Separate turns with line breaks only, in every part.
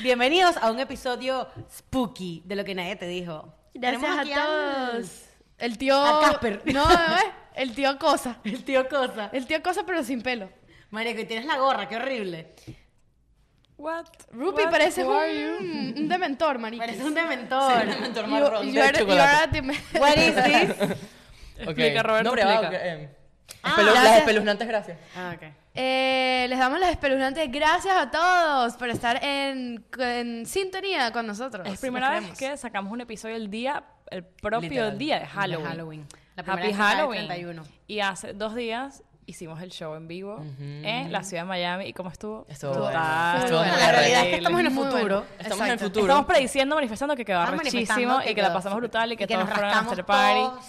Bienvenidos a un episodio spooky de lo que nadie te dijo.
Gracias
Tenemos aquí
a
al-
todos. El tío.
al Casper.
No, no, eh, el tío Cosa.
El tío Cosa.
El tío Cosa, pero sin pelo.
Marico, y tienes la gorra, qué horrible.
What?
Rupi parece un, un dementor, marico.
Pareces un dementor.
mentor
You- you are- you are a dementor.
What is this?
Explica, Roberto,
No, pero, ah,
explica.
ok, em.
Ah,
Espelu-
gracias.
Las espeluznantes gracias.
Ah, ok.
Eh, les damos las espeluznantes gracias a todos por estar en, en sintonía con nosotros.
Es primera
Los
vez
queremos.
que sacamos un episodio el día, el propio
Literal,
día de Halloween.
Halloween. La primera
Happy
vez que sale el
Halloween.
31.
Y hace dos días hicimos el show en vivo en la ciudad de Miami. ¿Y cómo estuvo?
Estuvo
Total.
bueno. Estuvo
Bueno,
Bueno,
muy
la
bueno.
realidad es que estamos en el
Muy
futuro.
bueno.
Estamos en el
Exacto.
futuro.
Estamos prediciendo, manifestando que quedó
Estamos
arrechísimo
manifestando
y que
quedó
la pasamos
súper.
brutal y que,
que
todos
nos
fueron a
rascamos
after party.
todos.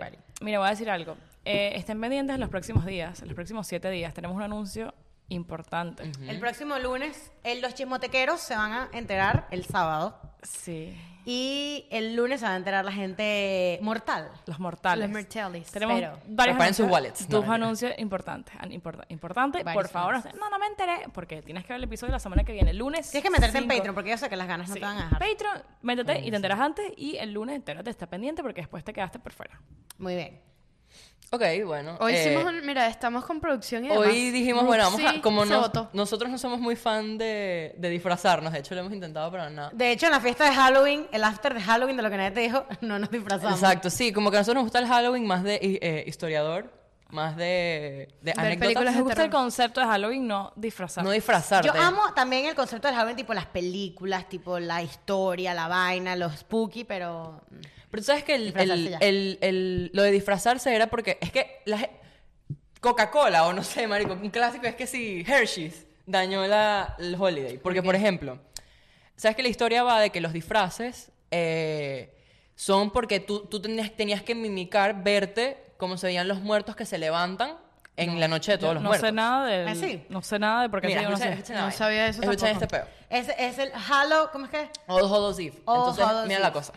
after party.
Mira, voy a decir algo. Eh, estén pendientes los próximos días, los próximos siete días. Tenemos un anuncio importante.
El próximo lunes, eh, los chismotequeros se van a enterar el sábado.
Sí.
Y el lunes se va a enterar la gente mortal.
Los mortales.
Los Mertellis.
Tenemos
Pero-
varios
Preparen sus
anuncios,
wallets. No,
Dos
mentira.
anuncios importantes. an- importa- importante,
Varios
por favor.
anuncios.
No, no me enteré porque tienes que ver el episodio la semana que viene, el lunes.
Tienes que meterte en
cinco.
Patreon porque yo sé que las ganas no
Sí.
te van a dejar.
Patreon, métete y te enteras antes y el lunes entérate, está pendiente porque después te quedaste por fuera.
Muy bien.
Ok, bueno.
Hoy
eh,
hicimos un- mira, estamos con producción y
Hoy
demás.
dijimos, bueno, vamos
Rupsi
a, como
se
nos-
votó.
nosotros no somos muy fan de, de disfrazarnos, de hecho lo hemos intentado, pero nada.
De hecho, en la fiesta de Halloween, el after de Halloween, de lo que nadie te dijo, no nos disfrazamos.
Exacto, sí, como que a nosotros nos gusta el Halloween más de eh, historiador, más de, de
películas
anécdotas.
de
Me gusta el
terror.
concepto de Halloween, no disfrazar.
No disfrazarte.
Yo amo también el concepto del Halloween, tipo las películas, tipo la historia, la vaina, los spooky, pero... mm,
Pero tú sabes que el,
Disfrazarse
el-
ya.
el- el- lo de disfrazarse era porque es que la ge- Coca-Cola o no sé, marico, un clásico es que si Hershey's dañó la, el holiday. Porque, por ejemplo, sabes que la historia va de que los disfraces eh, son porque tú, tú tenías, tenías que mimicar, verte como se veían los muertos que se levantan en la noche de todos
Yo
los
no
muertos.
sé nada de.
Ah, sí.
No sé nada de por qué
Mira,
sí, no
escucha-
sé.
escucha
No
nada.
sabía eso
Escucha
tampoco.
este peo.
Es, es el Halloween, ¿cómo es que? es?
All Hallows Eve.
All
Entonces,
Hallows
mira
Eve.
la cosa.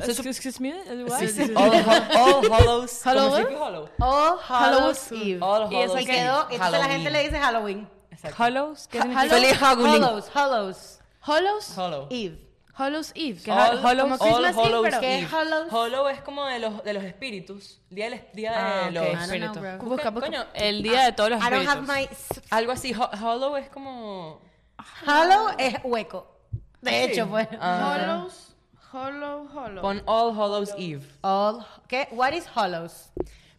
Se sup-
Excuse- excuse me, what?
Sí, sí, sí.
All, Hall- All Hallows. ¿cómo
Hallows?
se dice? Hallows.
All Hallows
Hallows
Eve.
All
Y eso
Hallows
Y
Eve.
quedó, entonces la gente
Halloween.
le dice Halloween.
Exacto.
Hollows, ¿qué
Ha-
significa?
Hallow-
Feliz Halloween.
Hallows, Hallows
este-
Hollows,
Hollow.
Eve.
Hollows Eve. Que
All-
es como
Hollows-
Christmas
All
Eve,
Hallows
pero
¿Qué es
Eve.
Hallows?
Hollow es como de los, de los espíritus. Día de, día de
Ah, ok.
los...
I don't know, bro.
Busca, busca.
Coño, el-
El día de todos los
I don't have
espíritus.
my...
algo así. Ho- Hollow es como...
Hallow es hueco. De
Sí.
hecho, pues.
Ah.
Hollows, Hollow, Hollow.
Pon All Hallows Eve.
All... ¿Qué? What is Hallows?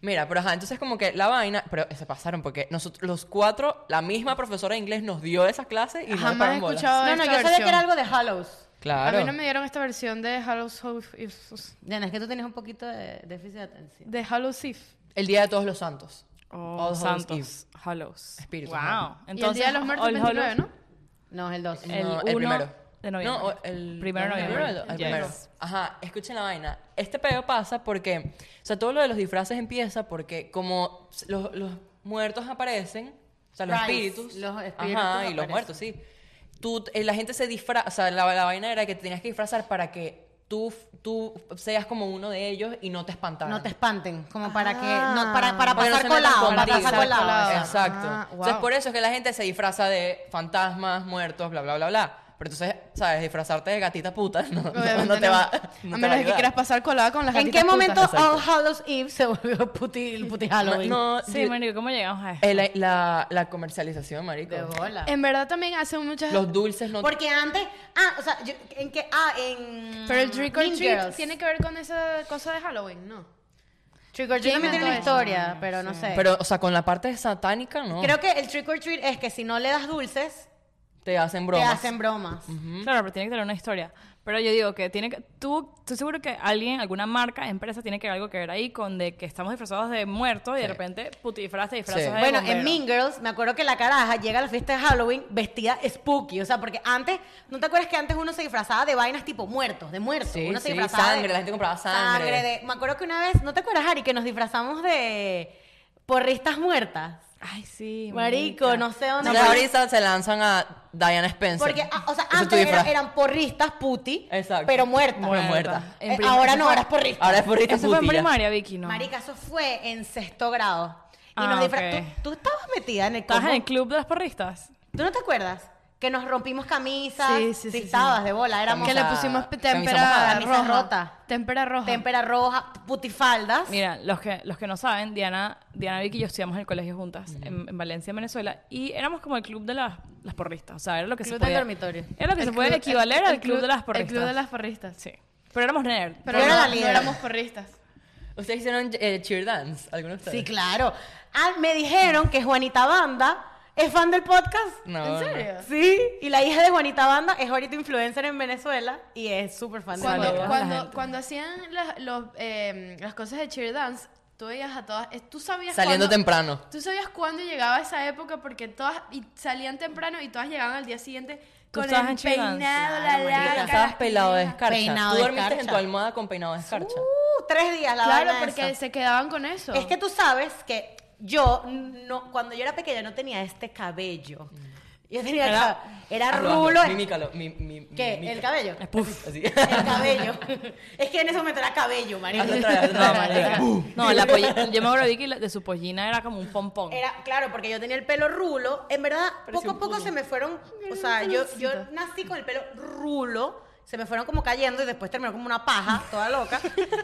Mira, pero ajá, entonces como que la vaina... Pero se pasaron porque nosotros los cuatro, la misma profesora de inglés nos dio esa clase y no le
Jamás
pararon
he
bolas.
escuchado
No, no,
esta
yo
versión.
sabía que era algo de Hallows.
Claro.
A mí no me dieron esta versión de Hallows Eve.
Diana, es que tú tienes un poquito de déficit de atención.
De Hallows Eve.
El Día de Todos los Santos.
Oh,
All Hallows Eve.
santos. Hollows.
Espíritus,
Wow.
ajá.
Y el Día de los Muertos
All
29,
Hallows-
¿no?
No, es el 12.
El
No,
1
primero.
de noviembre.
No, o el
Primero de
no, el
noviembre.
primero, el
Yes.
primero. Ajá, escuchen la vaina. Este pedo pasa porque, o sea, todo lo de los disfraces empieza porque como los, los muertos aparecen, o sea, los
Rise,
espíritus.
los espíritus
Ajá, y
aparecen.
los muertos, sí. Tú, eh, la gente se disfraza, o sea, la, la vaina era que te tenías que disfrazar para que tú, tú seas como uno de ellos y no te espantaran.
No te espanten, como para que no, para,
Para
para
que no
pasar
se metan
colado, para
contigo.
pasar colado.
colado.
Exacto.
Ah,
Entonces,
wow.
por eso es que la gente se disfraza de fantasmas, muertos, bla, bla, bla, bla. Pero entonces, ¿sabes? Disfrazarte de gatita puta no, no-
Obviamente
no te va. no
a
te va
menos de que
ayudar.
quieras pasar colada con las
¿En
gatitas
qué momento
putas.
All Hallows Eve se volvió puti, el puti Halloween?
No,
Sí,
di-
marico, ¿cómo llegamos a esto?
eh, la, la- la comercialización, marico.
de bola.
En verdad también hacen muchas...
Los dulces no.
Em, Porque antes, ah, o sea, yo- en que ah, en
Mm. Pero el trick or
Mean
treat
Girls.
tiene que ver con esa cosa de Halloween, ¿no?
Trick or treat
¿Quién
también tiene una
inventó eso?
historia, pero no sé.
Pero, o sea, con la parte satánica, no.
creo que el trick or treat es que si no le das dulces,
Te hacen bromas.
te hacen bromas.
Claro, pero tiene que tener una historia. Pero yo digo que tiene que. Tú, tú seguro que alguien, alguna marca, empresa, tiene que algo que ver ahí con de que estamos disfrazados de muerto y de repente puti disfraz te disfrazas
Sí.
de.
Bueno,
bombero.
en Mean Girls, me acuerdo que la caraja llega a la fiesta de Halloween vestida spooky. O sea, porque antes, ¿no te acuerdas que antes uno se disfrazaba de vainas tipo muertos, de muertos?
Sí,
uno se
sí,
disfrazaba
sangre, la gente compraba sangre.
de- me acuerdo que una vez, ¿no te acuerdas, Ari, que nos disfrazamos de porristas muertas?
Ay, sí.
Marico,
marica.
no sé dónde.
Entonces, ahorita se lanzan a Diana Spencer.
Porque, ah, o sea,
Ese es tu
antes era-
disfraz.
eran porristas puti,
Exacto.
pero muertas.
Muerta.
Muerta. En
Eh,
prim-
ahora
eso
no,
fue-
ahora es porrista.
Ahora es por
Eso fue en primaria, Vicky, ¿no?
Marica, eso fue en sexto grado. Y
Ah,
nos disfra-
ok.
¿Tú, tú estabas metida en el
¿Estás en
combo?
el club de las porristas?
¿Tú no te acuerdas? que nos rompimos camisas,
Sí, sí, sí,
estabas
sí.
de bola, éramos
que
Camisa-
le pusimos pe-
camisa
tempera
mojada.
Camisa
roja.
rota.
Tempera roja.
témpera roja, putifaldas.
Mira, los que, los que no saben, Diana, Diana Vicky y yo estudiamos en el colegio juntas en, en Valencia, en Venezuela, y éramos como el club de las, las porristas. O sea, era lo que
Club
se podía.
del dormitorio.
Era lo que
El
se puede
club-
equivaler
el- el
al club, de las porristas.
El club de las porristas.
Sí. Pero éramos nerd.
Pero
Yo
no,
era la
no
líder.
éramos porristas.
Ustedes hicieron eh, cheer dance, algunos de ustedes.
Sí, claro. Ah, me dijeron que Juanita Banda es fan del podcast.
No,
¿En
no.
serio?
Sí, y la hija de Juanita Banda es ahorita influencer en Venezuela y es súper fan de
Cuando,
Juanita.
Saludos a la
cuando,
gente.
cuando hacían las, los, eh, las cosas de cheer dance, tú veías a todas. eh, Tú sabías
Saliendo
cuándo-
temprano.
Tú sabías cuándo llegaba esa época porque todas y salían temprano y todas llegaban al día siguiente
Tú
con
estabas en
el
cheer dance.
peinado,
Claro,
la
marica.
larga.
Estabas pelado
eh.
de
la-
escarcha.
Peinado
Tú
de
dormiste en
escarcha.
tu almohada con peinado de escarcha.
Uh, tres días la
Claro,
vaina
porque
esa.
se quedaban con eso.
Es que tú sabes que yo, no, cuando yo era pequeña, no tenía este cabello.
Mm.
Yo tenía
Era-
cab- era,
Hazlo, hazlo,
rulo.
Mimícalo. Mi, mi,
¿Qué?
mimícalo.
¿El cabello?
Puf.
Así.
El cabello. es que en ese momento era cabello, María.
Hazlo otra vez, hazlo
No,
otra vez.
marica.
¡Bum!
No, la polli- yo me acuerdo Vicky la- de su pollina era como un pompón.
Era, claro, porque yo tenía el pelo rulo. En verdad, poco a poco se me fueron. O sea, yo, yo nací con el pelo rulo. Se me fueron como cayendo y después terminó como una paja, toda loca.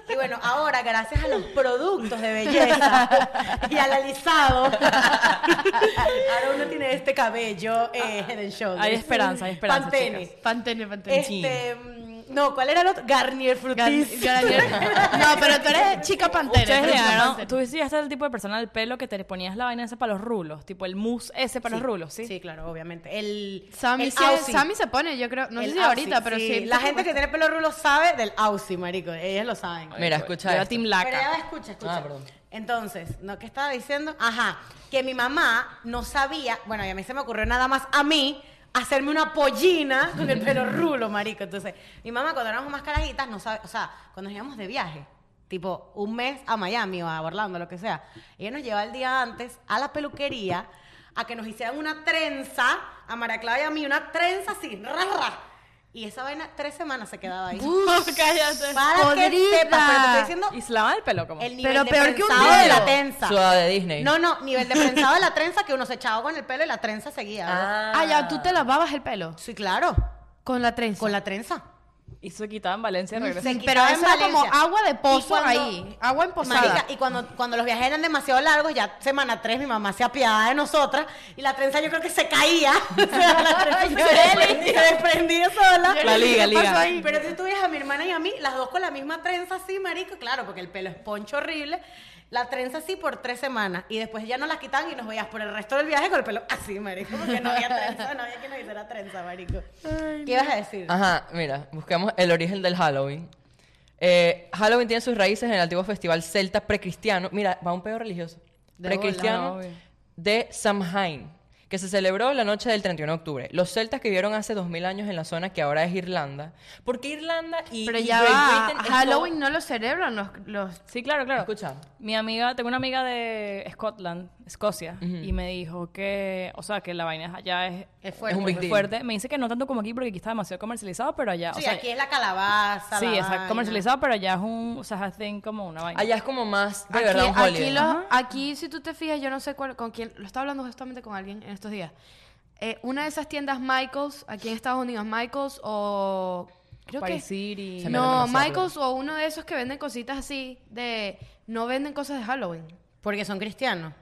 Y bueno, ahora, gracias a los productos de belleza y al alisado, ahora uno tiene este cabello eh, head and shoulders.
Ah, Hay esperanza, hay esperanza,
Pantene.
chicas.
Pantene, Pantene.
Este, mm, no, ¿cuál era el otro? Garnier
Gan-
Fructis.
Garnier- No, pero tú eres chica Pantene.
Ustedes
tú eres chica
llegaron,
Pantene.
tú decías este el tipo de persona del pelo que te ponías la vaina esa para los rulos, tipo el mousse ese para los rulos, ¿sí?
Sí, claro, obviamente. El,
Sammy,
el
sí-
Aussie.
Sammy se pone, yo creo. No
El
sé si
Aussie,
ahorita, pero sí.
La gente que tiene pelo rulo sabe del Aussie, marico. Ellas lo saben.
Mira, escucha
Yo era
esto.
Team
Pero ya
Laca.
va, escucha, escucha.
Ah, perdón.
Entonces, ¿no? ¿Qué estaba diciendo? Ajá, que mi mamá no sabía, bueno, y a mí se me ocurrió nada más a mí hacerme una pollina con el pelo rulo, marico. Entonces, mi mamá cuando éramos más carajitas, no sabe, o sea, cuando nos íbamos de viaje, tipo un mes a Miami o a Orlando, lo que sea, ella nos llevaba el día antes a la peluquería a que nos hicieran una trenza, a María Clara y a mí, una trenza así, ra, ra. Y esa vaina tres semanas se quedaba ahí.
cállate.
Para que
podrida.
sepas, pero te estoy diciendo
Y se lavaban el pelo como.
el nivel
Pero
de
peor que un
prensado de la
dedo.
trenza.
Sudado de Disney.
No, no, nivel de prensado de la trenza que uno se echaba con el pelo y la trenza seguía. ¿verdad?
Ah, ya, tú te lavabas el pelo.
Sí, claro,
Con la trenza.
con la trenza.
Y se quitaban Valencia y
Se
regresaban.
Pero
quitaba en
eso era como
Valencia.
agua de
Y
pozo
cuando-
ahí. Agua en posada.
pues, Marica, y cuando, cuando los viajes eran demasiado largos, ya semana 3 mi mamá se apiadaba de nosotras y la trenza yo creo que se caía. O sea, la trenza se, desprendía, se desprendía sola.
La liga,
¿Qué pasó
liga.
ahí? Pero si tú ves a mi hermana y a mí, las dos con la misma trenza así, marico, claro, porque el pelo es poncho horrible. La trenza así por tres semanas y después ya nos las quitaban y nos veías por el resto del viaje con el pelo así, marico, porque no había trenza, no había que nos hiciera trenza, marico. ¿Qué ibas a decir?
Ah,
Ajá, mira, buscamos el origen del Halloween. Eh, Halloween tiene sus raíces en el antiguo festival celta precristiano. Mira, va un pedo religioso.
De
Precristiano
bola, obvio.
de Samhain, que se celebró la noche del 31 de octubre. Los celtas que vivieron hace 2000 años en la zona que ahora es Irlanda. ¿Por qué Irlanda y,
Pero
y
ya
Great
va.
Britain es todo-
Halloween no lo celebran los, los
Sí, claro, claro.
Escucha.
Mi amiga, tengo una amiga de Scotland, Escocia, y me dijo que, o sea, que la vaina allá es,
Es fuerte.
Es un big
muy
deal.
fuerte. Me dice que no tanto como aquí, porque aquí está demasiado comercializado, pero allá,
Sí,
o sea,
aquí es la calabaza.
sí,
la
está
vaina.
comercializado, pero allá es un, o sea, es a thing como una vaina.
Allá es como más, de
aquí,
verdad, Ah, un
aquí
holiday.
los- aquí, si tú te fijas, yo no sé cuál, con quién, lo estaba hablando justamente con alguien en estos días. Eh, una de esas tiendas Michaels, aquí en Estados Unidos, Michaels o... Creo
Pie
que...
City.
Se me-
No,
demasiado.
Michaels o uno de esos que venden cositas así de... No venden cosas de Halloween.
Porque son cristianos.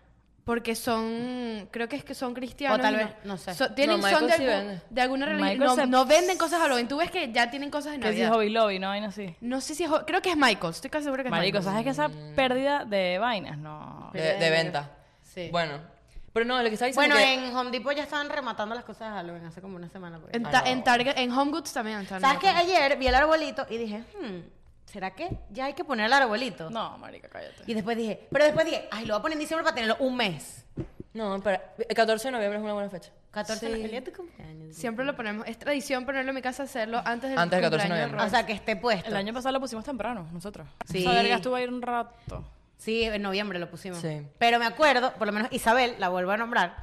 Porque son, creo que es que son cristianos.
O tal
y
vez, no sé.
tienen,
No,
son de,
Michaels sí
algún-
vende.
de alguna religión.
Michaels
No,
se-
no venden cosas de Halloween. Tú ves que ya tienen cosas de
que si
Navidad.
es Hobby Lobby, no vaina así.
no sé si es... Ho- Creo que es Michaels. Estoy casi segura que es
Marico,
Michaels.
¿sabes que esa pérdida de vainas? No.
de, de venta.
Sí.
Bueno, pero no, lo que estaba
Bueno,
diciendo que-
en Home Depot ya estaban rematando las cosas de Halloween hace como una semana. por ahí.
En,
Ah,
ta-
no.
en Target, en Home Goods también. están
¿Sabes qué?
botando.
Ayer vi el arbolito y dije, hmm, ¿será que ya hay que poner el arbolito?
No, marica, cállate.
Y después dije, pero después dije, ay, lo voy a poner en diciembre para tenerlo un mes.
No, para... el 14 de noviembre es una buena fecha.
14 de el día de tu cumpleaños.
Siempre lo ponemos. Es tradición ponerlo en mi casa, hacerlo antes del
Antes del 14 de
cumpleaños
noviembre.
O
Roberto.
sea, que esté puesto.
El año pasado lo pusimos temprano, nosotros.
Sí.
Esa verga estuvo ahí un rato.
Sí, en noviembre lo pusimos.
Sí.
Pero me acuerdo, por lo menos Isabel, la vuelvo a nombrar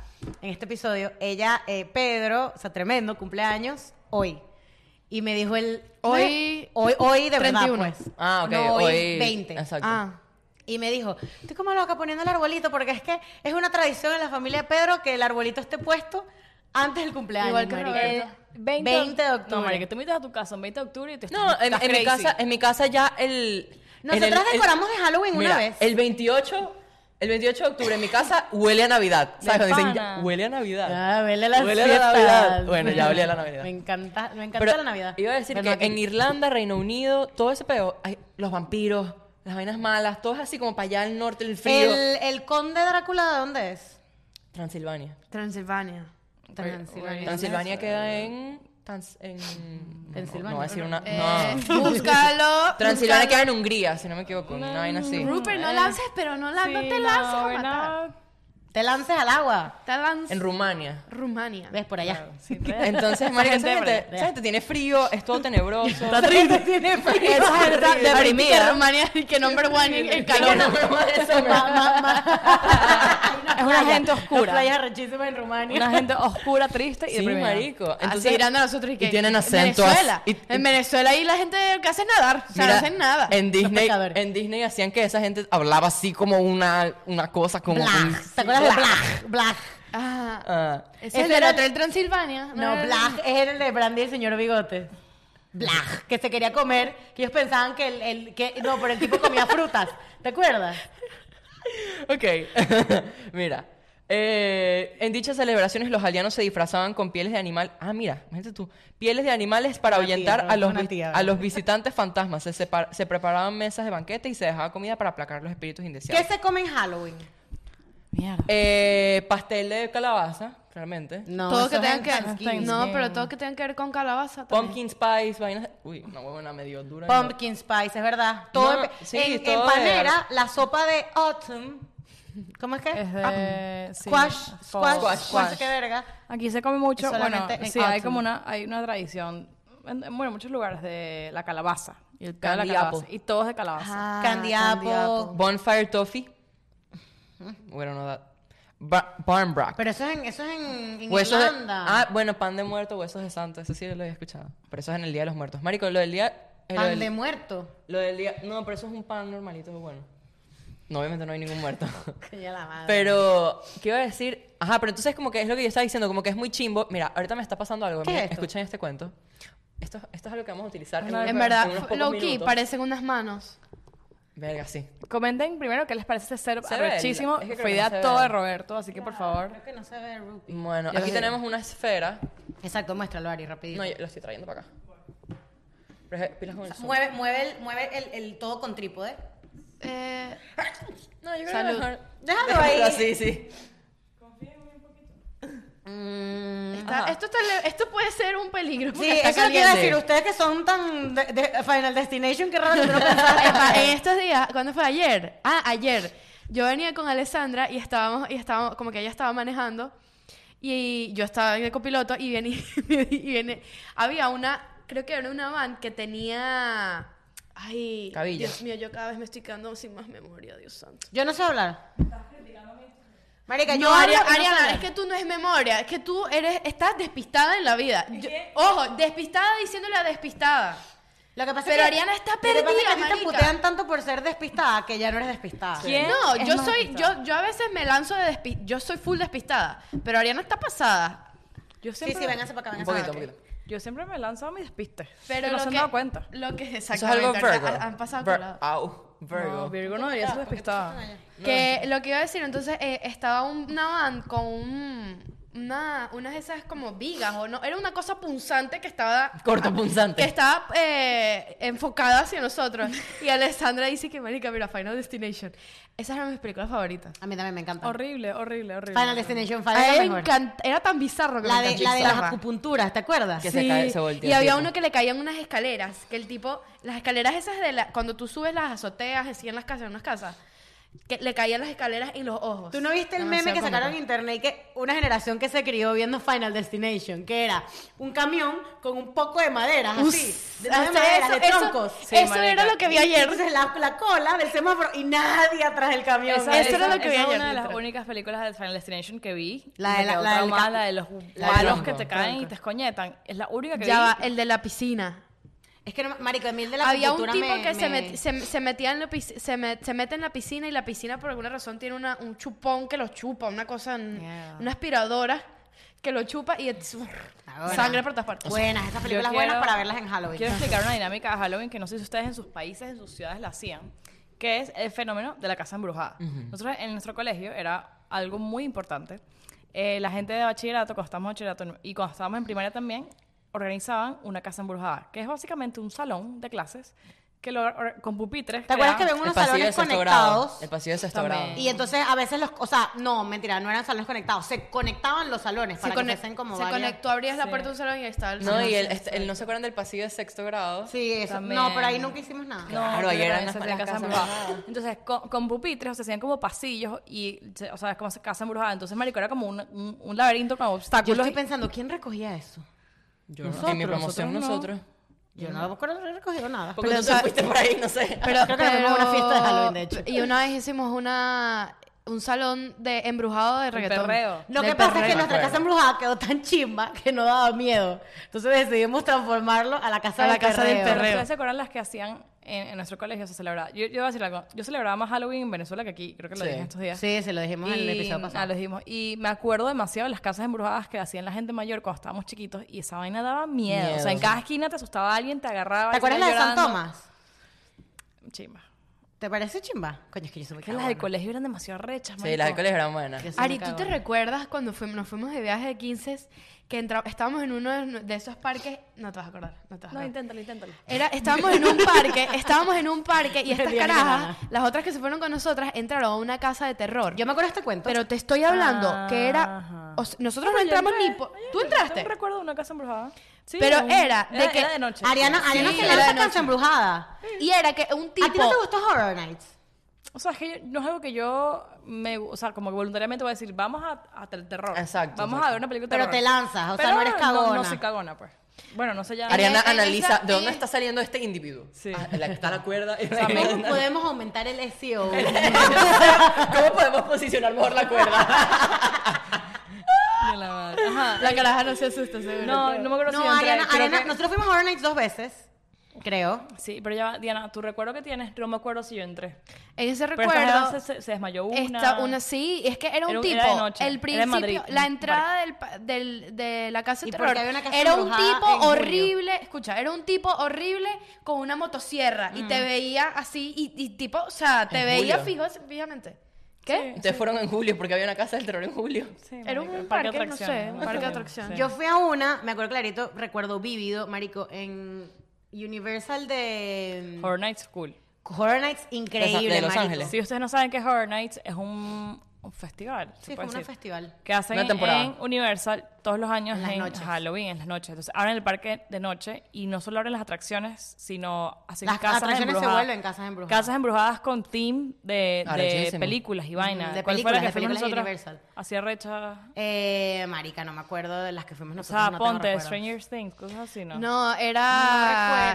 en este episodio, ella, eh, Pedro, o sea, tremendo, cumpleaños hoy. Y me dijo el...
Hoy-
Hoy, hoy de
31.
verdad, pues.
Ah, ok,
No,
hoy...
20.
Exacto.
Ah,
Y me dijo, estoy como loca poniendo el arbolito porque es que es una tradición en la familia de Pedro que el arbolito esté puesto Antes del cumpleaños.
Igual que
marico.
Roberto.
El 20,
20 de octubre.
No, marica, te invitas a tu casa un 20 de octubre y te
No, en, en mi casa, en mi casa ya el... en el-
Nosotras
el-
decoramos de Halloween una
Mira,
vez.
El 28, el 28 de octubre en mi casa huele a Navidad. ¿Sabes?
De
Cuando dicen,
pana.
"Ya, huele a Navidad.
Ah, huele a la
Huele a la
fiesta.
Navidad. Bueno, ya olía a la Navidad.
Me encanta, me encanta
Pero
la Navidad.
Iba a decir
¿Verdad
que en Irlanda, Reino Unido, todo ese pedo, hay los vampiros, las vainas malas, todo es así como para allá al norte, el frío.
el, el conde Drácula, ¿de dónde es?
Transilvania.
Transilvania.
Transilvania.
Transilvania queda en... Trans- en...
Pensilvania.
No, voy a decir una...
Eh,
No.
Búscalo.
Transilvania
búscalo.
queda en Hungría, si no me equivoco. Una vaina así.
Rupert, no lances, pero no, la- no te lances a matar.
Te lances al agua.
Te lances.
En Rumania.
Rumania.
Ves por allá.
Entonces, marica, esa gente, esa gente tiene frío, es todo tenebroso.
Está triste, tiene frío.
Esa gente está
Que
deprimida.
Rumania y que number one en, en calor.
Es una gente
Las
oscura.
playas rechísimas en Rumania.
Una gente oscura, triste y
Sí,
deprimida.
marico.
Así
Entonces,
dirán a nosotros y que.
tienen
en
acento as-
Venezuela.
y-
en Venezuela ahí la gente que hace es nadar. O sea,
mira,
no hacen nada.
En Disney,
pescadores.
en Disney hacían que esa gente hablaba así como una, una cosa, como... un-
Blag. ¿Te acuerdas de Blag? Blag.
Ah,
Ah.
es
Ese
el del
era-
Hotel Transilvania. Eh,
No,
era-
Blag es el de Brandy y el señor Bigote. Blag, que se quería comer, que ellos pensaban que el, el- que no, pero el tipo comía frutas. ¿Te acuerdas?
Ok, mira. eh, en dichas celebraciones los aldeanos se disfrazaban con pieles de animal. Ah, mira, imagínate tú. Pieles de animales para
Una tía,
ahuyentar a,
Roberto,
los
una
vi-
tía,
a los visitantes fantasmas. Se, separ- se preparaban mesas de banquete y se dejaba comida para aplacar los espíritus
¿Qué
indeseados.
se come en Halloween?
Mierda.
Eh, pastel de calabaza, claramente.
No,
todo
eso
que
es
tenga
en
que
Thanksgiving.
No, pero todo que tenga que ver con calabaza. también.
Pumpkin spice, vainas. Uy, una huevona medio dura.
Pumpkin spice, es verdad. Todo
No,
en,
sí,
en- en
todo
panera, la sopa de autumn. ¿Cómo es que? Ah,
Es de... sí,
squash,
fall.
squash, squash, qué verga.
Aquí se come mucho,
Es
bueno,
solamente en
sí, hay
autumn.
como una, hay una tradición, en, en, bueno, en muchos lugares de la calabaza, y el caldo de la
Candy apple.
calabaza, y todos de calabaza.
Ah,
Candy apple.
Bonfire toffee. Bueno, no da. Ba- Barn brack.
Pero eso es en, eso es en, en
Huesos de-
Irlanda.
Ah, bueno, pan de muerto, huesos de santo. Eso sí lo había escuchado. Pero eso es en el Día de los Muertos. Marico, lo del día... eh, lo
Pan
del-
de muerto.
Lo del día... No, pero eso es un pan normalito, es bueno. No, obviamente no hay ningún muerto.
Ya la madre.
pero, ¿qué iba a decir? Ajá, pero entonces como que es lo que yo estaba diciendo, como que es muy chimbo. Mira, ahorita me está pasando algo.
¿Qué
Miren,
es esto?
escuchen este cuento. Esto, esto es algo que vamos a utilizar
En
unos-
En
en unos
verdad,
pocos
Loki,
minutos.
parecen unas manos.
Verga, sí.
Comenten primero qué les parece este ser
Se ve,
arrechísimo,
es que creo que
fue
no
idea
se ve.
todo de Roberto, así que por favor.
Creo que no se ve Ruby.
Bueno,
Ya
aquí
les digo.
tenemos una esfera.
Exacto, muéstralo, Ari, rapidito.
No, yo lo estoy trayendo para acá. Pero es- pilas con el sol.
mueve mueve, el, mueve el, el todo con trípode.
Eh,
No, yo creo
Salud.
que mejor...
Déjalo ahí.
Así, sí.
Mm,
está-
Ajá.
esto, está le- esto puede ser un peligro.
Sí,
porque
eso
está
es lo que iba a
caliente.
decir. Ustedes que son tan de, de Final Destination, qué raro que no pensaron.
Epa, en estos días, ¿cuándo fue? Ayer. Ah, ayer. Yo venía con Alessandra y estábamos, y estábamos, como que ella estaba manejando y yo estaba de copiloto y viene, y viene, había una, creo que era una van que tenía, ay,
Cabilla.
Dios mío, yo cada vez me estoy quedando sin más memoria, Dios santo.
Yo no sé hablar. Marica, yo
No,
hablo
Ari-
y no sé
Ariana,
hablar.
es que tú no es memoria, es que tú eres, estás despistada en la vida. Yo- ojo, despistada diciéndole a despistada.
Lo que pasa
Pero
es que,
Ariana está
lo que pasa es que a ti
perdida,
te
marica.
putean tanto por ser despistada que ya no eres despistada.
¿Quién
No,
es
yo
más
soy,
despistada?
yo, yo a veces me lanzo de despi yo soy full despistada, pero Ariana está pasada.
Yo
Sí,
siempre,
sí, vénganse para acá,
Un
vénganse
poquito,
para
un
acá.
poquito.
yo siempre me lanzo a mis despistes,
Pero
que no
lo
se han
que-
dado cuenta.
Lo que es
Eso es algo Virgo.
Han, han pasado
Vir-
colados.
Au,
No,
Virgo.
Virgo no debería ser despistada.
Que lo que iba a decir, entonces eh, estaba un- una van con un- una, unas de esas como vigas o no, era una cosa punzante que estaba
Corto punzante.
que estaba eh, enfocada hacia nosotros. Y Alessandra dice que, marica, mira, Final Destination. Esa era mis películas favoritas.
A mí también me encanta.
Horrible, horrible, horrible.
Final Destination, Final
A
es la
él le
mejor.
encanta- era tan bizarro que
La
me
de, la
encantaba.
de las acupunturas, ¿te acuerdas?
Que se cae, se voltea
Y
el
había
tipo.
uno que le caían unas escaleras, que el tipo, las escaleras esas de la, cuando tú subes las azoteas, así en las casas, en unas casas, que le caían las escaleras en los ojos.
¿Tú no viste el meme que
Demasiado
sacaron en
cómico.
internet que una generación que se crió viendo Final Destination, que era un camión con un poco de maderas, así,
Us,
de, esas de
o sea,
maderas,
eso-
de
eso-
troncos.
Sí,
eso
marica.
era lo que vi ayer.
Entonces la, la cola del semáforo y nadie atrás del camión.
Esa-
Marica.
eso era lo que
esa
vi
es
ayer,
una de las
literal.
únicas películas de Final Destination que vi.
La
Me
de la-
quedó
la del
traumada,
ca-
la de los
la del
palos
tronco.
que te caen y te escoñetan. Es la única que
Ya va,
vi.
el de la piscina.
Es que, no- marico, Emil de la
había un
acupuntura
tipo
me-
que se,
me-
met- se, se metía en la piscina, se, met- se mete en la piscina y la piscina por alguna razón tiene una, un chupón que los chupa, una cosa, en-
Mierda.
una aspiradora que lo chupa y es-
Ahora.
sangre por todas partes.
Buenas, estas películas
quiero-
buenas para verlas en Halloween.
Quiero explicar una dinámica de Halloween que no sé si ustedes en sus países, en sus ciudades la hacían, que es el fenómeno de la casa embrujada. Nosotros en nuestro colegio era algo muy importante. Eh, la gente de bachillerato, cuando estábamos en bachillerato y cuando estábamos en primaria también, organizaban una casa embrujada, que es básicamente un salón de clases que lo, or- con pupitres.
¿Te acuerdas
creaban-
que había unos
pasillo de
salones
sexto grado.
conectados?
El pasillo de sexto grado.
También.
Y entonces a veces los, o sea, no, mentira, no eran salones conectados, se conectaban los salones para que
cone-
fuesen como
se
varias-
conectó, abrías la
Sí.
puerta de un salón y ahí estaba el
No,
salón.
y el, este- el- no se acuerdan del pasillo de sexto grado.
Sí, eso.
También.
No, pero ahí nunca hicimos nada.
No,
Claro,
creo
ahí
que también
eran las-
se hacían
las
casas
casas
embrujadas.
embrujadas.
Entonces, con, con pupitres, o sea, hacían como pasillos y, se- o sea, es como casa embrujada. Entonces, marico, era como un, un- un laberinto con
Yo
obstáculos.
estoy
y-
pensando, ¿quién recogía eso?
Yo, en mi
Nosotros, nosotros
promoción nosotros.
Yo no recuerdo haber recogido nada.
Porque
Pero, o
tú
sea,
te fuiste por ahí, no sé.
Pero,
Creo que nos vemos en una fiesta de Halloween, de hecho.
Y una vez hicimos una un salón de embrujado de reggaetón.
perreo.
Lo
Del
que pasa es que
perreo.
nuestra
Bueno.
casa embrujada quedó tan chimba que no daba miedo. Entonces decidimos transformarlo a la casa,
A la
del,
casa del
perreo.
perreo.
Pero ¿Ustedes se acuerdan las que hacían en, en nuestro colegio? Se celebraba. Yo, yo voy a decir algo. Yo celebraba más Halloween en Venezuela que aquí. Creo que lo
Sí.
dije estos días.
Sí, se lo dijimos en el
Y-
episodio
ah,
pasado.
lo dijimos. Y me acuerdo demasiado de las casas embrujadas que hacían la gente mayor cuando estábamos chiquitos. Y esa vaina daba miedo.
Miedo.
O sea, en cada esquina te asustaba alguien, te agarraba.
¿Te acuerdas la de San
Santo
Tomás?
Chimba.
¿Te parece chimba? Coño, es que yo soy muy
Que las del
cagona.
colegio eran demasiado rechas,
Sí, las del colegio eran buenas.
Yo soy muy
Ari, ¿tú te
cagona.
recuerdas cuando fuimos, nos fuimos de viaje de 15 que entra- estábamos en uno de, de esos parques? No te vas a acordar, no te vas a
No,
acordar.
inténtalo, inténtalo.
Era, estábamos en un parque, estábamos en un parque y estas
El día de la
carajas,
nana.
las otras que se fueron con nosotras, entraron a una casa de terror.
Yo me acuerdo de este cuento.
pero te estoy hablando que
Ajá.
era... o sea, nosotros no entramos ni... por- ¿Tú entraste?
No recuerdo una casa embrujada. Sí,
Pero
un-
era de que-
era de noche.
Ariana,
Sí.
Ariana
Sí,
se
era
lanza
de
casa
noche.
embrujada.
Y era que un tipo...
¿A ti no te gustó Horror Nights?
O sea, es que yo- no es algo que yo me, o sea, como que voluntariamente voy a decir, vamos a, a el terror.
Exacto,
Vamos
exacto.
a ver una película de
Pero
terror.
te lanzas, o sea, no eres
No,
cagona.
soy cagona, pues. Bueno, no sé ya.
Ariana
en esa-
analiza de dónde
en-
está saliendo este individuo.
Sí.
Ah, la, está la cuerda.
¿Cómo podemos aumentar el E SEO?
¿Cómo podemos posicionar mejor la cuerda?
De la madre. Ajá.
La caraja no se asusta, seguro.
No, no me acuerdo si
No,
entré,
Ariana,
creo
Ariana,
que-
nosotros fuimos a Horror Nights dos veces, creo.
Sí, pero ya, va, Diana, tu recuerdo que tienes, no me acuerdo si yo entré.
En ese
Pero esta
recuerdo...
jeva se, se- se desmayó una.
Esta, una sí, es que era un
Era un-
tipo.
era de noche,
el
era en
principio,
Madrid,
la
un
entrada del, pa- del- de la casa de
¿Y por
terror
qué había una casa
era un
embrujada
tipo
en junio?
horrible. Escucha, era un tipo horrible con una motosierra y te veía así y, y tipo, o sea, te
En
veía
julio.
fijo, fijamente. ¿Qué?
Ustedes fueron en julio porque había una casa del terror en julio.
Sí,
Era
marico,
un
de
parque, no sé,
atracciones,
un
¿no?
parque de
Sí,
atracciones.
sí.
Yo fui a una, me acuerdo clarito, recuerdo vívido, marico, en Universal de mm,
Horror Night School.
Horror Nights, increíble,
De Los
marico.
Ángeles.
Si ustedes no saben que Horror Nights es un, un festival. se
Sí, fue
puede
un
decir.
festival.
que hacen
Una temporada.
en Universal todos los años
En
en,
las noches.
Halloween, en las noches. Entonces abren el parque de noche y no solo abren las atracciones, sino hacen
Las
casas
atracciones se
embrujadas.
vuelven casas embrujadas.
Casas embrujadas con team de,
Ah,
de
rechísimo.
películas y vainas.
de
¿Cuál fue la que
películas, de
fuimos
películas de
nosotros?
Universal.
Hacía recha.
Eh, marica, no me acuerdo de las que fuimos
O
nosotros.
sea,
no tengo
ponte,
recuerdos.
Stranger Things, cosas así, ¿no?
No, era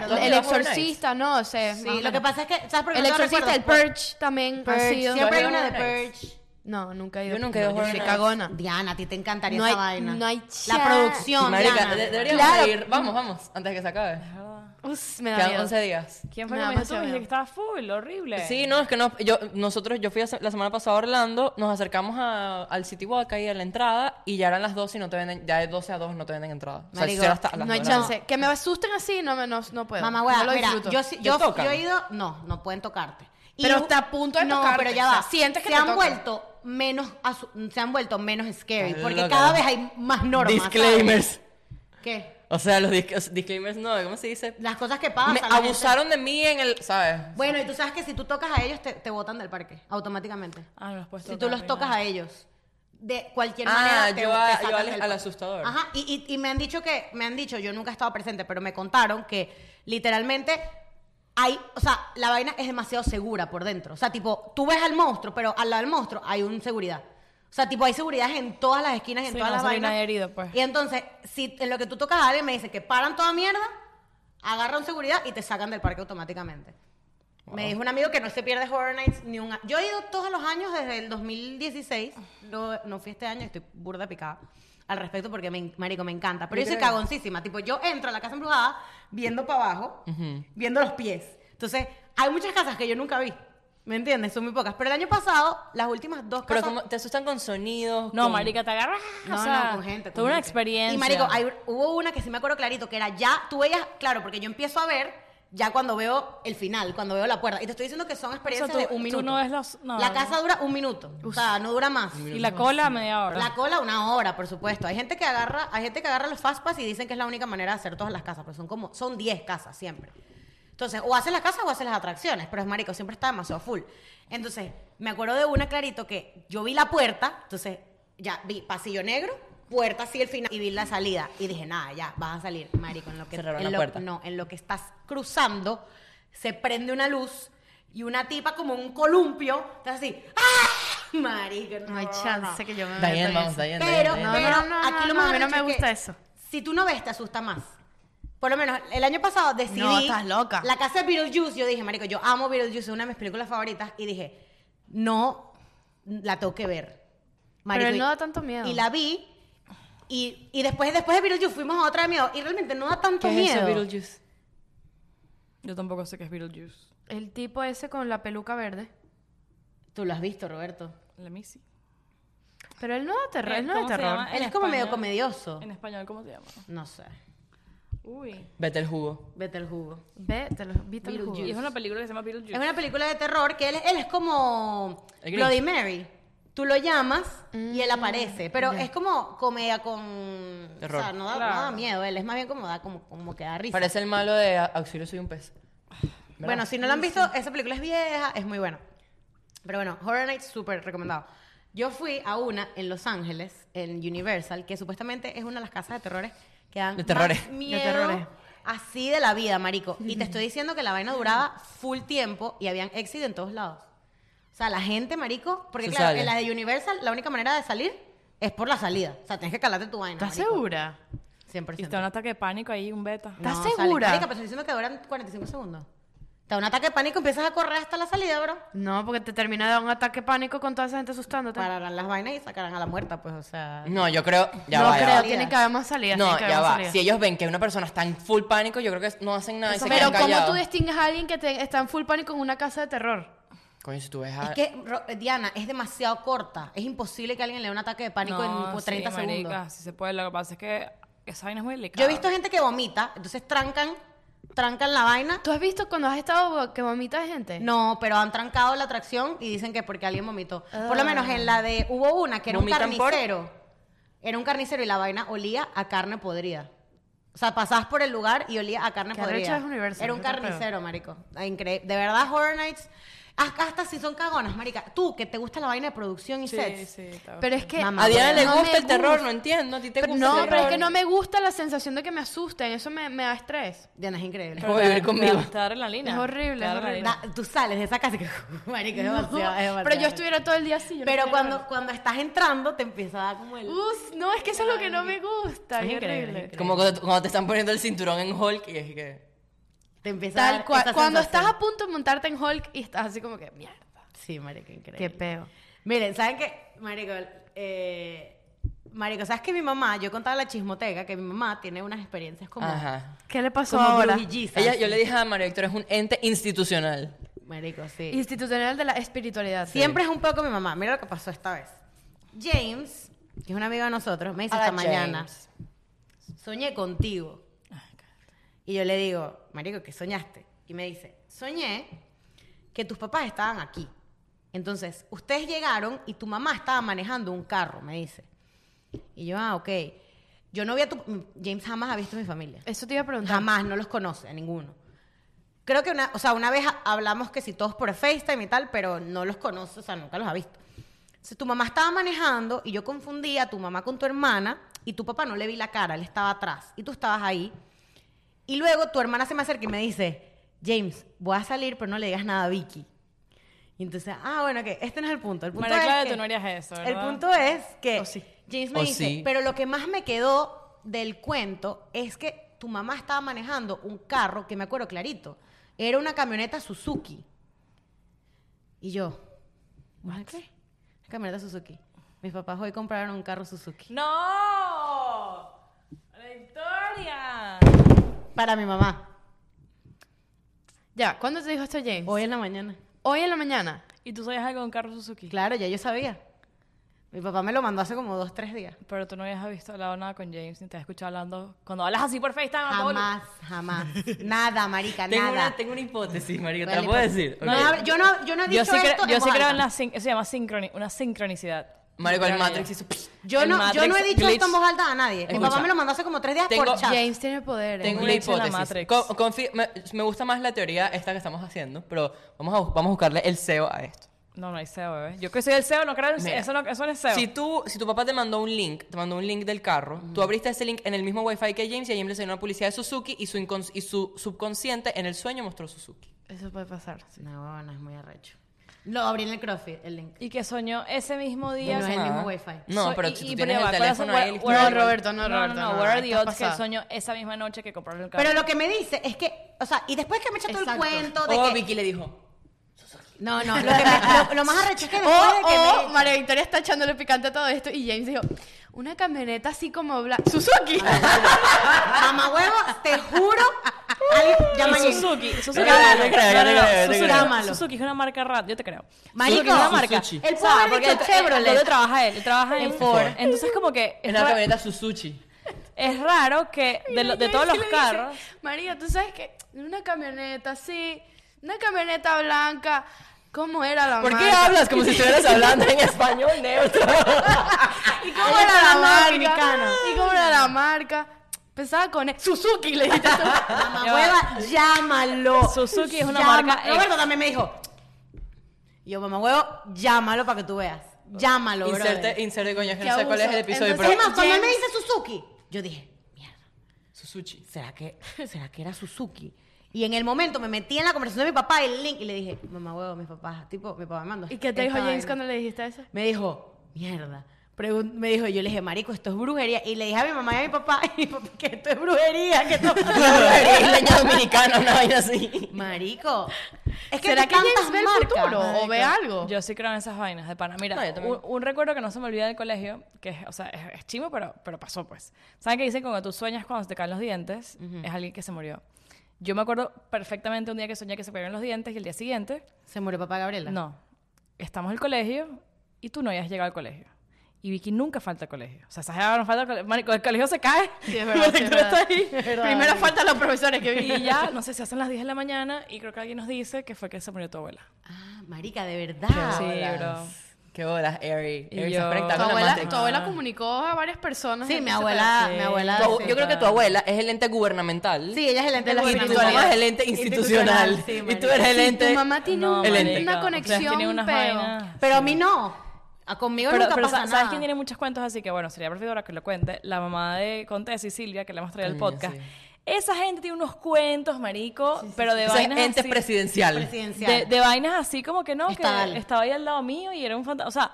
No recuerdo.
el
¿Dónde fue
exorcista, no sé. más o
Sí, lo
menos.
que pasa es que, ¿sabes por qué
el
no tengo
exorcista, el
recuerdos?
Purge también ha
Purge,
sido.
Siempre hay
Yo
una de
no era
Purge.
No, nunca he ido.
Yo nunca he ido a
No,
Horror
soy
Nights.
cagona.
Diana, a ti te encantaría
No
esa
hay-
vaina.
no hay
La
chan-
producción,
Marica,
Diana.
de- deberíamos
Claro.
ir. Vamos, vamos, antes de que se acabe.
Us, me da
Quedan
miedo.
11 días.
¿Quién fue
Me
que
da
me
pues
demasiado
dijo tú? Dijiste
miedo.
que estaba full, horrible.
Sí, no, es que no, yo, nosotros, yo fui a- la semana pasada a Orlando, nos acercamos a- al City Walk ahí a la entrada y ya eran las 12 y no te venden, ya de 12 a 2 no te venden entrada. O sea,
Marico,
será hasta las
No hay
dos de la
chance. Que me asusten así, no, me, no, no puedo.
Mamá,
no
weá,
lo
mira,
disfruto.
yo, sí-
¿Te
yo,
tocan?
yo he ido, no, no pueden tocarte.
Pero
yo-
está a punto de
no,
tocarte,
pero ya
o sea,
va.
sientes que
se
te
han
tocan.
vuelto menos, asu- se han vuelto menos scary,
Estás
porque
loca.
cada vez hay más normas. ¿sabes?
Disclaimers.
¿Qué?
O sea, los dis- disclaimers no, ¿cómo se dice?
Las cosas que pasan.
Me
la gente-
abusaron de mí en el, ¿sabes?
Bueno, y tú sabes que si tú tocas a ellos, te, te botan del parque, automáticamente.
Ah, no los puedes
Si tú
tocar,
los
ni
tocas
nada.
a ellos, de cualquier
Ah,
manera te,
yo a-
te
yo
sacan
al-
del
al
parque.
asustador.
Ajá, y, y- y me han dicho que, me han dicho, yo nunca he estado presente, pero me contaron que literalmente hay, o sea, la vaina es demasiado segura por dentro. O sea, tipo, tú ves al monstruo, pero al lado del monstruo hay un seguridad. O sea, tipo, hay seguridad en todas las esquinas, en
Sí,
todas
no
las
sale
vainas.
nadie herido, pues.
Y entonces, si en lo que tú tocas a alguien me dice que paran toda mierda, agarran seguridad y te sacan del parque automáticamente. Me dijo un amigo que no se pierde Horror Nights ni un año. Yo he ido todos los años desde el 2016. No, no fui este año, estoy burda picada al respecto porque, me, en- marico, me encanta. Pero yo soy cagoncísima. Tipo, yo entro a la casa embrujada viendo para abajo, viendo los pies. Entonces, hay muchas casas que yo nunca vi. ¿Me entiendes? Son muy pocas. Pero el año pasado, las últimas dos
Pero
casas-
como te asustan con sonidos.
No,
con-
marica, te agarras.
No,
o sea,
no, con gente. con
Tuve una
gente.
experiencia.
Y marico, hay- hubo una que sí me acuerdo clarito, que era ya, tú veías, claro, porque yo empiezo a ver ya cuando veo el final, cuando veo la puerta. Y te estoy diciendo que son experiencias
O sea, tú-
de un
tú
minuto.
no ves los- no,
la
no.
casa dura un minuto. O sea, no dura más.
Y la cola media hora.
La cola una hora, por supuesto. Hay gente que agarra, hay gente que agarra los fast pass y dicen que es la única manera de hacer todas las casas, pero son como son 10 casas siempre. Entonces, o haces las casas o haces las atracciones, pero es marico, siempre está demasiado full. Entonces, me acuerdo de una clarito que yo vi la puerta, entonces ya vi pasillo negro, puerta así el final y vi la salida y dije, "Nada, ya vas a salir, marico, en lo que
Cerraron
en
la
lo-
puerta.
no, en lo que estás cruzando se prende una luz y una tipa como en un columpio, estás así, ¡ah! Marico,
No hay chance que yo me meta
Diane,
en
vamos,
eso.
Diane.
pero,
Diane,
No,
Diane.
pero
no, no,
aquí
no,
lo
no,
más
a mí no
arrecho
me
es que
gusta eso.
Si tú no ves, te asusta más. Por lo menos, el año pasado decidí.
No, estás loca.
La casa de Beetlejuice, yo dije, marico, yo amo Beetlejuice, es una de mis películas favoritas. Y dije, no, la tengo que ver.
Pero
y-
no da tanto miedo.
Y la vi. Y, y después, después de Beetlejuice fuimos a otra de miedo. Y realmente no da tanto
¿Qué es eso,
miedo.
Beetlejuice?
Yo tampoco sé qué es Beetlejuice.
El tipo ese con la peluca verde.
Tú lo has visto, Roberto.
La Missy.
Pero él no da terror,
Eh,
él no da
¿cómo se
terror.
llama?
Él
En
es como medio
español.
comedioso.
En español, ¿cómo se llama?
No sé.
Uy.
Vete el jugo.
Vete el jugo.
Ve, te lo vi te lo juro.
Y es
Beetlejuice.
una película que se llama Beetlejuice.
Es una película de terror que él, él es como
El Grinch.
Bloody Mary. Tú lo llamas y él aparece. Pero es como comedia con...
Terror.
O sea, no da,
Claro.
no da miedo. Él es más bien como, da, como, como que da risa.
Parece el malo de "A- Auxilio, soy un pez. ¿Verdad?
bueno, si no la han visto, esa película es vieja, es muy buena. Pero bueno, Horror Nights, súper recomendado. Yo fui a una en Los Ángeles, en Universal, que supuestamente es una de las casas de terrores que dan
De terrores.
más
De
miedo
terrores.
así de la vida, marico. Y te estoy diciendo que la vaina duraba full tiempo y habían éxito en todos lados. O sea, la gente, marico, porque
Se
claro,
sale.
en la de Universal la única manera de salir es por la salida. O sea, tienes que calarte tu vaina,
¿Estás
marico.
segura?
Y
100%.
te da un ataque de pánico ahí, un beta.
¿Estás
No, sale.
segura?
Marica, pero estoy diciendo que duran 45 segundos. Te da un ataque de pánico, empiezas a correr hasta la salida, bro.
No, porque te termina de dar un ataque pánico con toda esa gente asustándote.
Pararán las vainas y sacarán a la muerta, pues, o sea.
No, yo creo. Ya
no
va, ya
creo,
va.
tiene que haber más salidas.
No,
tiene que haber
ya
más
va.
salidas.
Si ellos ven que una persona está en full pánico, yo creo que no hacen nada y se
Pero
quedan
¿cómo tú
callados.
distingues a alguien que te- está en full pánico en una casa de terror?
Coño, si tú ves a...
Es que, Ro- Diana, es demasiado corta. Es imposible que alguien le dé un ataque de pánico en
No,
como
sí,
30
marica,
segundos.
Si se puede, lo que pasa es que esa vaina es muy delicada.
Yo he visto gente que vomita, entonces trancan, trancan la vaina.
¿Tú has visto cuando has estado que vomita gente?
No, pero han trancado la atracción y dicen que porque alguien vomitó. Por
Ah.
lo menos en la de. Hubo una que era un
¿Vomitan por?
carnicero. Era un carnicero y la vaina olía a carne podrida. O sea, pasabas por el lugar y olía a carne
Qué arrecho
podrida.
es Universal,
era un
qué pedo.
carnicero, marico. Increíble. De verdad, Horror Nights. Hasta, hasta si son cagonas, marica. Tú, que te gusta la vaina de producción y
Sí,
sets.
sí, está
Pero es que
Mamá,
A Diana le
no
gusta
me
el terror,
gusta.
no entiendo. A ti te
Pero-
gusta
no,
el
pero es
terror.
que no me gusta la sensación de que me asusten, eso me, me da estrés.
Diana, es increíble.
Es como vivir conmigo.
Te da adrenalina.
Es horrible,
Te da
es horrible.
adrenalina.
Da- tú sales de esa casa y que, marico, es demasiado, es demasiado.
Pero yo estuviera todo el día así. yo no
Pero
estuviera
cuando,
ahora.
cuando estás entrando, te empieza a dar como el.
Uf, no, es que eso es lo que no me gusta.
Es
qué
increíble,
horrible.
es
Como cuando, cuando te están poniendo el cinturón en Hulk y es que...
Te empieza a
Tal
dar
cual.
esa
Cuando
sensación.
estás a punto de montarte en Hulk y estás así como que, mierda.
Sí, marico, increíble.
Qué peo.
Miren, ¿saben qué? Marico, eh, marico, ¿sabes que mi mamá, yo contaba la chismoteca, que mi mamá tiene unas experiencias como...
Ajá.
¿Qué le pasó
Como
ahora?
brujillizas.
Ella, yo le dije a María Victoria, es un ente institucional.
Marico, sí.
Institucional de la espiritualidad.
Siempre es un poco mi mamá. Mira lo que pasó esta vez. James, que es un amigo de nosotros, me dice
Hola,
esta mañana,
James. Ah,
soñé contigo. Y yo le digo, marico, ¿qué soñaste? Y me dice, soñé que tus papás estaban aquí. Entonces, ustedes llegaron y tu mamá estaba manejando un carro, me dice. Y yo, ah, ok. Yo no vi a tu... James jamás ha visto a mi familia.
Eso te iba a preguntar.
Jamás, no los conoce a ninguno. Creo que una, o sea, una vez ha- hablamos que si todos por FaceTime y tal, pero no los conoce, o sea, nunca los ha visto. Entonces, tu mamá estaba manejando y yo confundí a tu mamá con tu hermana y tu papá no le vi la cara, él estaba atrás y tú estabas ahí. Y luego tu hermana se me acerca y me dice, James, voy a salir, pero no le digas nada a Vicky. Y entonces, ah, bueno, que este no es el punto. El punto
María
es
Clara,
que-
tú no harías eso,
El
¿verdad?
punto es que
O sí.
James me
O
dice,
sí.
pero lo que más me quedó del cuento es que tu mamá estaba manejando un carro que me acuerdo clarito. Era una camioneta Suzuki. Y yo, ¿what? Camioneta Suzuki. Mis papás hoy compraron un carro Suzuki.
¡No! ¡La historia!
Para mi mamá.
Ya, ¿cuándo te dijo esto James?
Hoy en la mañana.
Hoy en la mañana.
¿Y tú sabías algo con Carlos Suzuki?
Claro, ya yo sabía. Mi papá me lo mandó hace como dos, tres días.
Pero tú no habías visto hablado nada con James, ni te has escuchado hablando. Cuando hablas así por FaceTime, a todo lo-
Jamás, jamás. Nada, marica,
Tengo
nada.
una, tengo una hipótesis, marico, ¿te
Vale,
la puedo
pues.
decir?
No,
Ok.
hab- yo, no, yo no he dicho
Yo sí, creo,
esto
yo
en
sí
voz
creo en
alta.
la sin- eso se llama sincroni- una sincronicidad.
Marico, el
Creo en
Matrix
ella.
hizo...
Yo
El
no, yo no he
Matrix
dicho esto en
glitch.
voz alta a nadie. Mi
Escucha.
papá me lo mandó hace como tres días
Tengo-
por chat.
James tiene poderes.
Tengo
un
una
glitch en la
hipótesis.
Matrix.
Co- confi- me, me gusta más la teoría esta que estamos haciendo, pero vamos a, bu- vamos a buscarle el SEO a esto.
No, no hay SEO, bebé. Yo que soy del SEO, no creo en
Mira.
eso. No, eso no es SEO.
Si, tú, si tu papá te mandó un link, te mandó un link del carro, tú abriste ese link en el mismo Wi-Fi que James y a James le salió una publicidad de Suzuki y su, incons- y su subconsciente en el sueño mostró Suzuki.
Eso puede pasar.
No, no es muy arrecho. Lo abrí en el CrossFit, el link.
Y que soñó ese mismo
Y
día.
no es el
nada.
mismo Wi-Fi.
No,
So-
pero
y-
si
y
tú
pero
tienes el
¿cuál es-
teléfono
cuál-
ahí,
cuál-
No, Roberto, no, Roberto,
No, no,
no,
what are the
estás
odds que
pasada.
soñó esa misma noche que compraron el carro?
Pero lo que me dice es que, o sea, y después que me echa todo el
Exacto.
cuento de
Oh,
que...
Vicky le dijo.
No, no, lo, que me- lo- lo más arrecho es que
O,
después de que
o
me...
Oh, María Victoria está echándole picante a todo esto y James dijo, una camioneta así como bla... ¡Suzuki!
Mamá huevo, te juro. al-
Y
Llama a James.
Suzuki, Suzuki,
creo, yo te creo,
No, no,
yo te
no,
creo, yo
Suzuki-
te
creo.
Suzuki- Suzuki es una marca rat, yo te creo.
Marico,
Suzuki es una marca.
Suzuki.
Él pudo
O sea,
haber
porque
dicho
él- él-
Chevrolet.
¿Dónde trabaja él? Él trabaja en,
Ford.
Entonces como que es,
En la
ra-
camioneta Suzuki.
es raro que de, lo- de
James
todos
le
los
dice,
carros
María, tú sabes que una camioneta así, una camioneta blanca, ¿cómo era la
¿Por
marca?
qué hablas como si estuvieras hablando en español neutro?
¿Y cómo
Ella
era
está
la
dominicana.
marca? ¿Y cómo era la marca? Pensaba con... ¡Suzuki! Le dijiste tú.
Mamá hueva, llámalo.
Suzuki es una marca ex.
Roberto también me dijo. Y Yo, mamá huevo, llámalo para que tú veas. Llámalo, brother.
inserte, inserte coño, que
Qué
no sé cuál es el
abuso.
episodio,
Entonces,
Es
pero...
más, cuando él
James-
me dice Suzuki, yo dije, mierda,
Suzuki.
¿será que, ¿será que era Suzuki? Y en el momento me metí en la conversación de mi papá el link y le dije, mamá huevo, mis papás, tipo, mi papá me mandó.
¿Y qué te dijo
esta
James
vaina".
cuando le dijiste eso?
Me dijo, mierda. Pregun- me dijo, yo le dije, marico, esto es brujería. Y le dije a mi mamá y a mi papá, y mi papá, que esto es brujería, que esto
Isleña dominicana, una vaina así.
Marico. Es que
¿Será
tú
que James
tantas
ve el
marcas,
futuro
marico.
o ve algo?
Yo sí creo en esas vainas de pana. Mira,
No, yo también.
un, un recuerdo que no se me olvida del colegio, que es, o sea, es, es chimo, pero, pero pasó pues. ¿Saben qué dicen? Cuando tú sueñas cuando se te caen los dientes, es alguien que se murió. Yo me acuerdo perfectamente un día que soñé que se cayeron los dientes y el día siguiente,
¿Se murió papá Gabriela?
no. Estamos en el colegio y tú no habías llegado al colegio. Y Vicky nunca falta al colegio. O sea, esa jeva no falta al colegio. Marico, el colegio se cae.
Sí, es verdad, sí, es
Tú no
verdad.
estás ahí.
Primero faltan los profesores que vi.
Y ya, no sé, se hacen las 10 de la mañana y creo que alguien nos dice que fue que se murió tu abuela.
Ah, marica, de verdad.
Sí, bro.
Bolas. Qué bolas, Eri.
Y
Eri se
yo-
ha
Tu
conectado con la
abuela,
Matrix.
tu abuela comunicó a varias personas.
Sí,
en
mi
ese
abuela,
Sí.
mi abuela.
Tu abu-
sí.
yo creo que tu abuela es el ente gubernamental.
Sí, ella es el ente de la
Y tu
espiritualidad.
mamá es el ente institucional.
Institucional, sí,
y tú
marica.
eres el
Sí,
ente.
tu mamá tiene
No,
un-
marica,
una
ustedes
conexión,
tienen unas
pero-
vainas.
Pero a mí no. A conmigo
Pero,
nunca
pero
pasa
sa-
nada.
¿sabes quién tiene muchos cuentos así? Que bueno, sería perfecto ahora que lo cuente. La mamá de Conte de Sicilia, que le hemos traído al
Coño,
podcast.
sí.
Esa gente tiene unos cuentos, marico, pero de
O sea, es
vainas
ente
así.
presidencial.
Presidencial.
De, de vainas así como que no,
Estaba él.
que estaba ahí al lado mío y era un fantasma. O sea,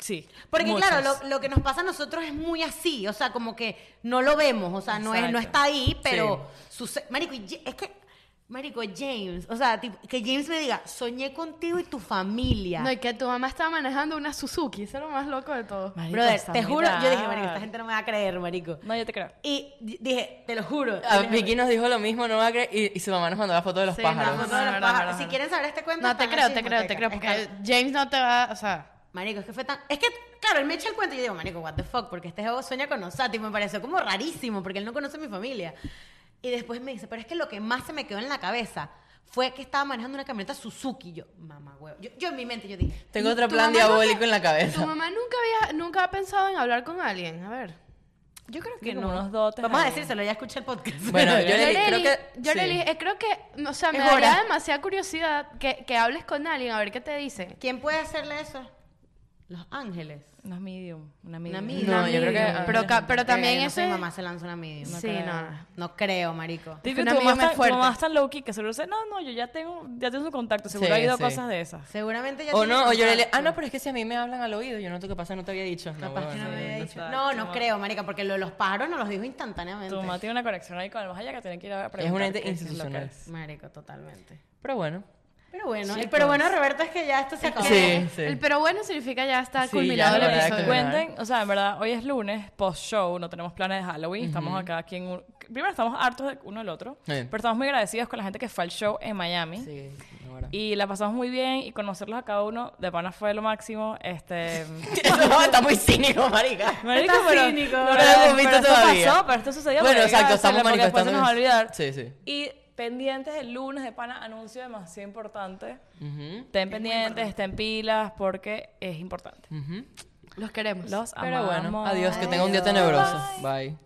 sí.
Porque
muchos.
claro, lo, lo que nos pasa a nosotros es muy así, o sea, como que no lo vemos, o sea, no, es, no
Exacto.
está ahí, pero suce- Marico, y Ja- es que, Marico, James, o sea, tipo, que James me diga, soñé contigo y tu familia.
No, y que tu mamá estaba manejando una Suzuki. Eso es lo más loco de todo.
Marico,
Brother,
está
te
muy
juro, yo dije,
dark.
Marico, esta gente no me va a creer, Marico.
No, yo te creo.
Y di- dije, te lo juro.
A Ah, Vicky nos dijo lo mismo, no va a creer. Y, y su mamá nos mandó la foto de los
Sí,
La
pájaros.
foto de los
No, no, no,
pájaros.
no, no,
Si
no.
quieren saber este cuento,
No, te
está en
creo,
la
te creo, te
chismoteca.
creo.
Es
Porque
que-
James no te va. O sea.
Marico, es que fue tan. Es que, claro, él me echa el cuento y yo digo, Marico, what the fuck, porque este juego sueña con Osati. Me pareció como rarísimo, porque él no conoce a mi familia. Y después me dice, pero es que lo que más se me quedó en la cabeza fue que estaba manejando una camioneta Suzuki. Yo, mamá, huevo. Yo, yo en mi mente, yo dije,
Tengo
¿Y
otro
tu mamá
plan
no
diabólico
te-
en la
Tu
cabeza.
mamá nunca había, nunca ha pensado en hablar con alguien. A ver.
yo creo que
Tiene
no.
como unos dotes
Vamos a
ahí.
decírselo, ya escuché el podcast.
Bueno, yo le
le
creo
dije-
que-
yo le
sí.
dije, eh, creo que, o sea, me
Es
daría
hora.
demasiada curiosidad que, que hables con alguien a ver qué te dicen.
¿Quién puede hacerle eso? Los ángeles.
Unos medium. Una medium.
medium.
No, yo creo que-
Pero, ca-
Verga,
pero
yo
también
no sé,
eso
Mi
es-
mamá se lanza una medium.
sí,
creo.
no, no.
No creo, Marico.
Digo,
que una
tu mamá
medium es
está- tu mamá
fuerte.
es tan low key que seguro dice, no, no, yo ya tengo, ya tengo su contacto. Seguro
Sí,
ha ido
sí.
cosas de esas.
Seguramente ya
O
tiene
no, o yo le
contacto.
ah, no, pero es que si a mí me hablan al oído, yo no tengo que pasa, no te había dicho. No,
Capaz que
huevón,
no me
sí,
había
no
dicho.
sé.
No, no creo, marica, porque lo de los pájaros nos los dijo instantáneamente.
Tu mamá tiene una conexión ahí con el más allá que tiene que ir a preguntar.
Es un ente
qué es lo que
institucional.
es.
Marico, totalmente.
Pero bueno.
Pero bueno,
Chicos.
pero bueno, Roberto, es que ya esto se acabó.
Sí, sí.
Eh, El pero bueno significa ya está
Sí,
culminado
ya,
el
la verdad
episodio.
que- Bueno.
Cuenten, o sea, en verdad, hoy es lunes, post-show, no tenemos planes de Halloween, estamos acá aquí en... un- Primero, estamos hartos de uno del otro,
Sí.
pero estamos muy agradecidos con la gente que fue al show en Miami.
Sí. Ahora.
¿Eh? Y la pasamos muy bien y conocerlos a cada uno de pana fue lo máximo. Este.
Eso está muy cínico, marica.
Marico,
Estás
pero,
cínico.
pero-
No
lo hemos
pero
visto
esto
todavía.
pasó, pero esto sucedió.
Bueno,
marica,
exacto,
o sea,
estamos
porque
maricos,
Después se nos va a olvidar.
estamos- Sí, sí.
Y pendientes el lunes de pana, anuncio demasiado importante. Estén pendientes, estén pilas, porque es importante.
Los queremos.
Los
Mm. Pero
amamos.
bueno, adiós, que tenga un día tenebroso. Bye.